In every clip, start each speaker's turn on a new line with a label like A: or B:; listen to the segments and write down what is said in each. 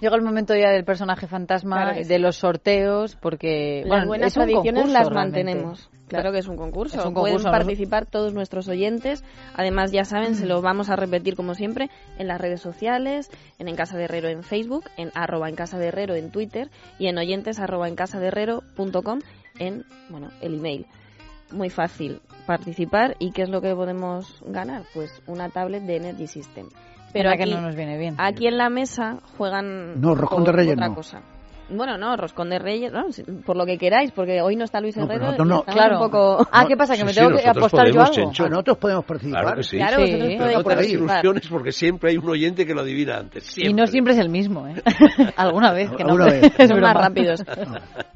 A: Llega el momento ya del personaje fantasma,
B: Claro que sí.
A: de los sorteos, porque
B: Las
A: bueno,
B: buenas
A: es un
B: tradiciones
A: concurso
B: las
A: realmente.
B: mantenemos. Claro que es un concurso.
A: Es un
B: Pueden
A: concurso, ¿no?
B: participar todos nuestros oyentes. Además, ya saben,
A: Mm.
B: se lo vamos a repetir como siempre en las redes sociales, en En Casa de Herrero en Facebook, en arroba en Casa de Herrero en Twitter y en oyentes arroba en casa de herrero punto com en bueno, el email. Muy fácil participar. ¿Y qué es lo que podemos ganar? Pues una tablet de Energy System. Pero
A: Verdad
B: aquí,
A: que no nos viene bien.
B: aquí en la mesa juegan
C: No, roscón de
B: o-
C: reyes
B: otra
C: no.
B: cosa. Bueno, no, roscón de reyes, no, si- por lo que queráis, porque hoy no está Luis
C: No, pero
B: Herrero.
C: no, no,
B: y estamos
A: claro.
B: un poco...
A: Ah, ¿qué pasa? ¿Que
D: Sí,
A: me
D: sí,
A: tengo que
D: nosotros
A: apostar yo
D: podemos,
A: algo?
D: Chencho.
C: Bueno, nosotros podemos participar.
D: Claro que sí.
B: Claro,
A: Sí.
B: vosotros
A: Pero
C: está
B: podéis
D: No
C: por ahí.
D: tenéis
B: participar.
D: ilusiones porque siempre hay un oyente que lo adivina antes. Siempre.
A: Y no siempre es el mismo, ¿eh? Alguna vez que no.
C: Alguna vez.
A: es
B: Son
A: broma.
B: más rápidos.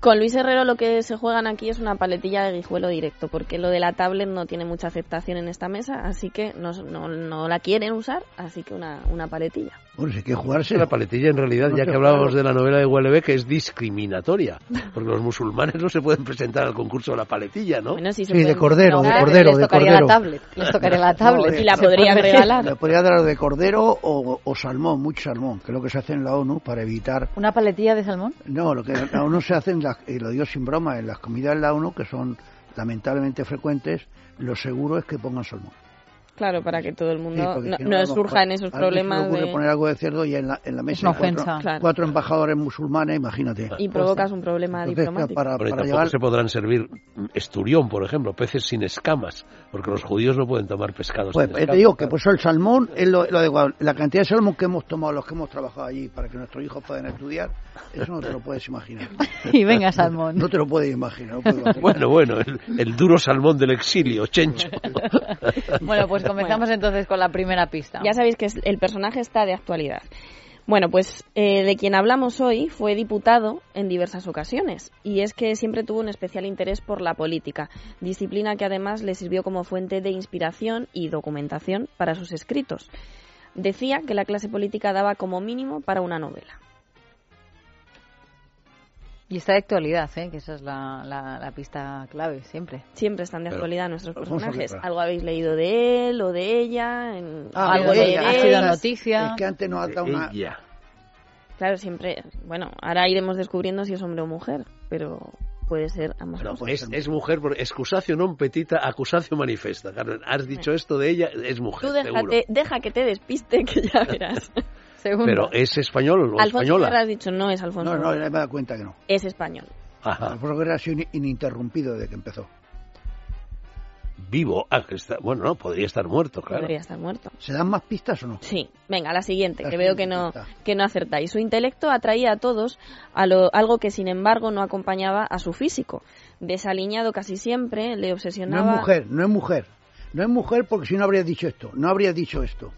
B: Con Luis Herrero lo que se juegan aquí es una paletilla de guijuelo directo, porque lo de la tablet no tiene mucha aceptación en esta mesa, así que no, no, no la quieren usar, así que una, una paletilla.
C: Bueno, si hay que jugarse.
D: La paletilla, en realidad,
C: No
D: ya
C: sé,
D: que hablábamos de la novela de Gualebe, que es discriminatoria, porque los musulmanes no se pueden presentar al concurso de la paletilla, ¿no?
B: Bueno, si se
C: Sí, de
B: pueden-
C: cordero, de
B: Ahora
C: cordero,
B: les
C: de
B: tocaría
C: cordero.
B: la tablet.
A: Les tocaré la
C: No,
A: tablet.
C: de-
B: Y la
C: se puede
B: podrían
C: elegir.
B: regalar.
C: Le podría dar de cordero o, o salmón, mucho salmón, que es lo que se hace en la ONU para evitar.
A: ¿Una paletilla de salmón?
C: No, lo que en la ONU se hace, en las- y lo digo sin broma, en las comidas en la ONU, que son lamentablemente frecuentes, lo seguro es que pongan salmón.
B: Claro, para que todo el
C: Sí,
B: mundo
C: porque
B: no,
C: si
B: no
C: a lo mejor-
B: surjan esos
C: a alguien se le
B: problemas
C: ocurre
B: de-
C: poner algo de cerdo y en la, en la mesa
A: una
C: hay cuatro,
A: ofensa.
B: Claro.
C: cuatro embajadores musulmanes, imagínate.
B: y provocas un problema
C: Entonces,
B: diplomático.
C: para,
D: Porque
C: para
D: tampoco
C: llevar
D: se podrán servir mm, esturión, por ejemplo, peces sin escamas, porque los judíos no pueden tomar pescados
C: Pues
D: sin
C: eh, te
D: escamas.
C: digo que
D: claro.
C: por eso el salmón es lo, lo adecuado. La cantidad de salmón que hemos tomado, los que hemos trabajado allí para que nuestros hijos puedan estudiar, eso no te lo puedes imaginar.
A: Y venga, salmón.
C: No te lo puedes imaginar. no puedes imaginar.
D: Bueno, bueno, el, el duro salmón del exilio, Chencho.
A: Bueno, pues comenzamos entonces con la primera pista.
B: Ya sabéis que es- el personaje está de actualidad. Bueno, pues eh, de quien hablamos hoy fue diputado en diversas ocasiones y es que siempre tuvo un especial interés por la política, disciplina que además le sirvió como fuente de inspiración y documentación para sus escritos. Decía que la clase política daba como mínimo para una novela.
A: Y está de actualidad, ¿eh? que esa es la, la, la pista clave siempre.
B: Siempre están de
D: Pero,
B: actualidad nuestros
C: vamos a ver,
B: personajes.
C: claro.
B: Algo habéis leído de él o de ella. en-
C: Ah,
A: Algo
C: de
A: de
C: ella.
A: ha
C: Ey,
A: sido
C: es-
A: noticia.
C: Es que antes nos ha
D: Eh,
C: dado una.
D: Ella.
B: Claro, siempre. Bueno, ahora iremos descubriendo si es hombre o mujer, pero puede ser ambas
D: Pero
B: cosas.
C: puede
D: es,
C: ser.
D: es mujer, porque excusatio non petita, acusatio manifesta. Carmen, has dicho esto de ella, es mujer,
C: Pues
B: Tú
D: seguro.
B: déjate, deja que te despiste, que ya verás.
A: Segundo.
D: Pero es español o
B: Alfonso Guerra
D: española.
B: has dicho, no es Alfonso.
C: No, no,
B: Guerra,
C: me he dado cuenta que no.
B: Es español.
D: Ajá.
C: El programa ha sido in- ininterrumpido desde que empezó.
D: Vivo. Ah, que está- bueno, no, podría estar muerto, claro.
B: Podría estar muerto.
C: ¿Se dan más pistas o no?
B: Sí, venga, la siguiente,
C: La
B: que veo que no,
C: siguiente, está.
B: que no acertáis. Su intelecto atraía a todos a lo- algo que, sin embargo, no acompañaba a su físico. Desaliñado casi siempre, le
C: No
B: obsesionaba...
C: es mujer, no es mujer. No es mujer porque si no habría dicho esto. No habría dicho esto.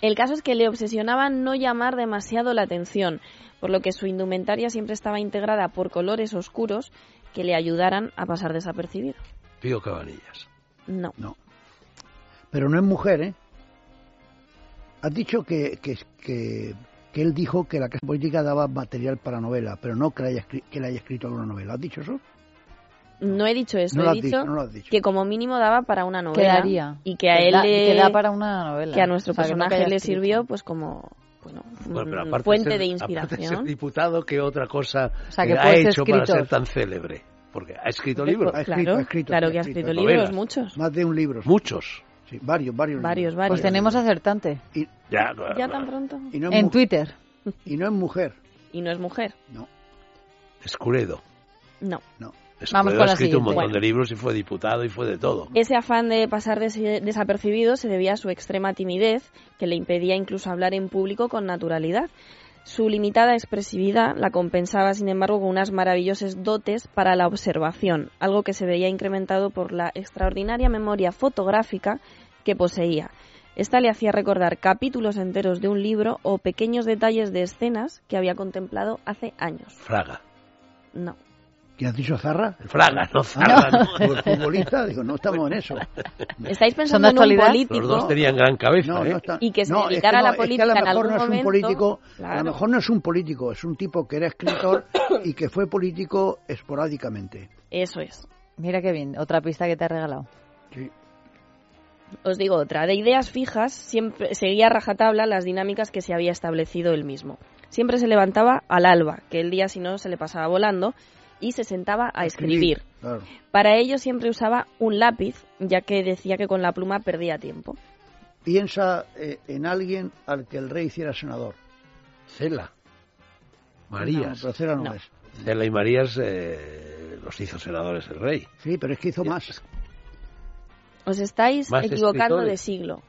B: El caso es que le obsesionaba no llamar demasiado la atención, por lo que su indumentaria siempre estaba integrada por colores oscuros que le ayudaran a pasar desapercibido.
D: Pío Cabanillas.
B: No.
C: No. Pero no es mujer, ¿eh? Has dicho que, que, que, que él dijo que la clase política daba material para novela, pero no que le haya, escri- que le haya escrito alguna novela. ¿Has dicho eso?
B: No he dicho eso,
C: No lo
B: he
C: has
B: dicho,
C: dicho, no lo has dicho.
B: que como mínimo daba para una novela
A: Quedaría.
B: y que a él
A: Da-
B: le-
A: que da para una novela.
B: que a nuestro
A: O sea, que no
B: personaje
A: queda
B: le
A: escrito.
B: sirvió pues como bueno,
D: Bueno, pero
A: Mm,
B: un
D: aparte
B: fuente
D: ser-
B: de
D: aparte ser
B: inspiración.
D: diputado, ¿qué otra cosa
A: O sea, que
D: eh, ha
A: puede ser
D: hecho para
A: escritor. pues,
D: ser tan célebre? Porque ha escrito libros,
C: Ha escrito,
B: Pues claro,
C: ha escrito,
B: claro
C: ha
B: que ha
C: escrito
B: escrito
D: novelas.
B: libros, muchos.
C: Más de un libro. sí.
D: muchos.
C: Sí, varios, varios.
B: Varios,
C: libros.
B: varios.
A: Pues tenemos acertante.
C: Y,
D: Ya,
B: Ya tan pronto.
C: y no es
A: En
C: mu-
A: Twitter.
C: y no es mujer.
B: Y no es mujer.
C: No,
D: Escuredo.
B: No.
C: no.
D: Escuredo
A: con la
D: ha escrito
A: siguiente.
D: un montón
A: Bueno.
D: de libros y fue diputado y fue de todo.
B: Ese afán de pasar des- desapercibido se debía a su extrema timidez, que le impedía incluso hablar en público con naturalidad. Su limitada expresividad la compensaba, sin embargo, con unas maravillosas dotes para la observación, algo que se veía incrementado por la extraordinaria memoria fotográfica que poseía. Esta le hacía recordar capítulos enteros de un libro o pequeños detalles de escenas que había contemplado hace años.
D: Fraga.
B: No.
C: ¿Quién has dicho Zarra?
D: Fraga, no
C: Ah,
D: Zarra, no.
C: ¿o el futbolista? Digo, no estamos en eso.
B: ¿Estáis
A: ¿Son
B: pensando
A: de
B: en un
A: actualidad?
B: político?
D: Los dos tenían gran cabeza,
C: No,
D: ¿eh?
C: no está-
B: Y que se
C: no, es
B: dedicara a la
C: no, es que
B: política en
C: a lo mejor
B: algún
C: no es un
B: momento,
C: político, a
B: claro.
C: lo mejor no es un político, es un tipo que era escritor y que fue político esporádicamente.
B: Eso es.
A: Mira qué bien, otra pista que te ha regalado.
C: Sí.
B: Os digo otra, de ideas fijas siempre seguía a rajatabla las dinámicas que se había establecido él mismo. Siempre se levantaba al alba, que el día si no se le pasaba volando, y se sentaba a escribir.
C: Claro.
B: Para ello siempre usaba un lápiz, ya que decía que con la pluma perdía tiempo.
C: Piensa eh, en alguien al que el rey hiciera senador.
D: Cela.
C: No,
D: Marías.
C: pero Cela no,
B: No.
C: es.
D: Cela y Marías eh, los hizo senadores el rey.
C: Sí, pero es que hizo más.
B: Os estáis
D: Más
B: equivocando
D: escritores. Ah.
B: de siglo.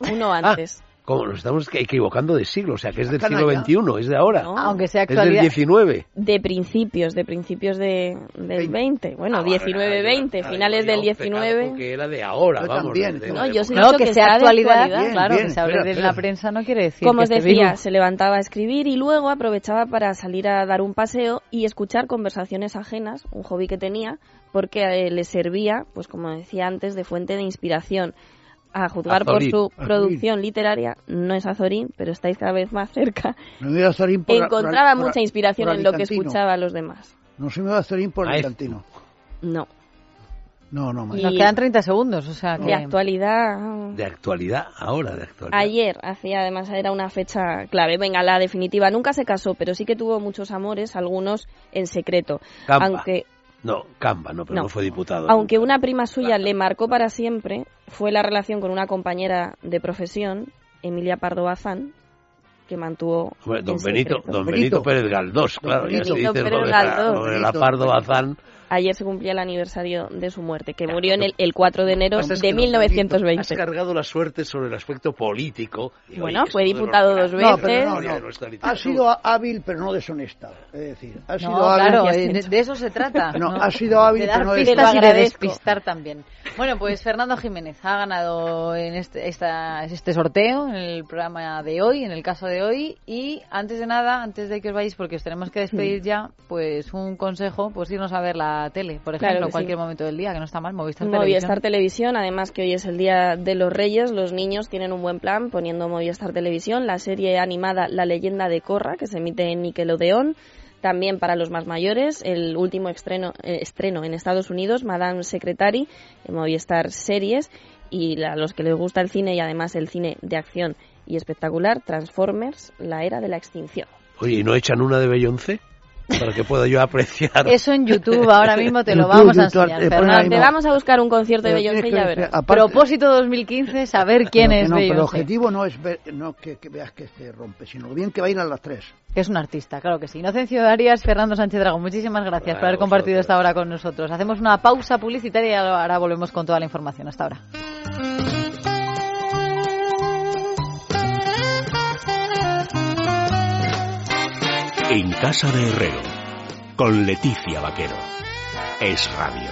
B: Uno antes.
D: Como nos estamos que- equivocando de siglo, o sea, que es del
C: Acá no
D: siglo
C: hay ya.
D: XXI, es de ahora.
B: No.
A: Aunque sea
D: Es del
A: actualidad.
D: 19.
B: De principios, de principios de, del 20. Bueno,
D: Ah,
B: 19,
D: bueno,
B: 20,
D: yo-
B: finales
D: yo
B: del
C: había
D: un pecado
B: 19.
D: Porque era de ahora,
C: Yo
D: vamos.
C: también,
D: de-
C: yo-
D: de-
B: No, yo sí he
A: Claro,
B: dicho
A: que,
B: que
A: sea
B: está de
A: actualidad,
B: actualidad.
A: claro,
C: Bien,
A: que se hable de
D: espera,
A: la
D: espera.
A: prensa no quiere decir
B: Como
A: que
B: os
A: esté
B: decía,
A: vivo.
B: se levantaba a escribir y luego aprovechaba para salir a dar un paseo y escuchar conversaciones ajenas, un hobby que tenía, porque eh, le servía, pues como decía antes, de fuente de inspiración. A juzgar por
D: Azorín,
B: su
C: Azorín.
B: producción literaria, no es Azorín, pero estáis cada vez más cerca,
C: No me iba a salir por,
B: encontraba
C: por-
B: mucha inspiración
C: por
B: en lo que
C: Alicantino.
B: escuchaba a los demás.
C: No se me va a salir por
D: Ah, es-
C: Alicantino.
B: No,
C: No, no, macho.
A: Nos
B: Y-
A: quedan 30 segundos, o sea
B: de
A: que...
B: actualidad.
D: De actualidad, ahora de actualidad.
B: Ayer, hacía además, era una fecha clave. Venga, la definitiva. Nunca se casó, pero sí que tuvo muchos amores, algunos en secreto.
D: Campa.
B: Aunque,
D: No, Camba, no, pero
B: No.
D: no, fue diputado.
B: aunque
D: nunca.
B: una prima suya le marcó para siempre, fue la relación con una compañera de profesión, Emilia Pardo Bazán, que mantuvo.
D: Hombre, don
B: en
D: Benito,
B: secreto.
D: don
C: Benito.
D: Benito Pérez Galdós, claro,
C: Benito.
D: ya se
B: Don
D: dice
B: Pedro
D: lo de, la,
B: Galdós.
D: lo de la
C: Benito.
D: Pardo Bazán.
B: Ayer se cumplía el aniversario de su muerte, que murió en el, el 4 de enero
D: Lo que pasa es
B: de
D: que, don Benito,
B: 1920.
D: Has cargado la suerte sobre el aspecto político. Y,
B: Bueno,
D: oye,
B: fue
D: es uno de
B: diputado
D: los
B: dos
D: grandes
B: veces. No, pero no,
D: de
C: no.
D: nuestra literatura.
C: Ha sido hábil, pero no deshonesta. Es decir, ha sido
A: No,
C: hábil.
A: claro,
B: Gracias,
A: eh, de,
B: Nacho.
A: de eso se trata.
C: No, ha sido hábil,
A: de dar
C: pero no
A: pistas
B: despista.
A: y
B: Lo
A: de
B: agradezco.
A: despistar también. Bueno, pues Fernando Jiménez ha ganado en este, esta- este sorteo, en el programa de hoy, en el caso de hoy. Y antes de nada, antes de que os vayáis, porque os tenemos que despedir ya, pues un consejo, pues irnos a ver la tele, por
B: Claro
A: ejemplo,
B: que
A: cualquier
B: sí.
A: momento del día, que no está mal, Movistar Televisión.
B: Movistar Televisión, además que hoy es el Día de los Reyes, los niños tienen un buen plan poniendo Movistar Televisión, la serie animada La leyenda de Corra, que se emite en Nickelodeon, también para los más mayores, el último estreno, eh, estreno en Estados Unidos, Madame Secretary, en Movistar Series, y a los que les gusta el cine y además el cine de acción y espectacular, Transformers, la era de la extinción.
D: Oye, ¿y no echan una de Beyoncé? Para que pueda yo apreciar.
A: Eso en YouTube ahora mismo te lo
C: YouTube,
A: vamos a
C: YouTube,
A: enseñar,
C: eh, pon
A: Fernando.
C: ahí,
B: Te
C: no.
B: vamos a buscar un concierto de
C: Pero tienes
B: Beyoncé y
C: que
B: ya
C: ver-
B: verás.
C: aparte-
A: Propósito 2015, saber quién
C: Pero que
A: es
C: no, pero el
A: Beyoncé.
C: objetivo no es ver, no que, que veas que se rompe, sino lo bien que bailan las tres.
A: Que es un artista, claro que sí. Inocencio Arias, Fernando Sánchez Dragón, muchísimas gracias
D: Claro,
A: por haber compartido
D: vosotros.
A: esta hora con nosotros. Hacemos una pausa publicitaria y ahora volvemos con toda la información. Hasta ahora.
E: En casa de Herrero, con Leticia Vaquero. Es Radio.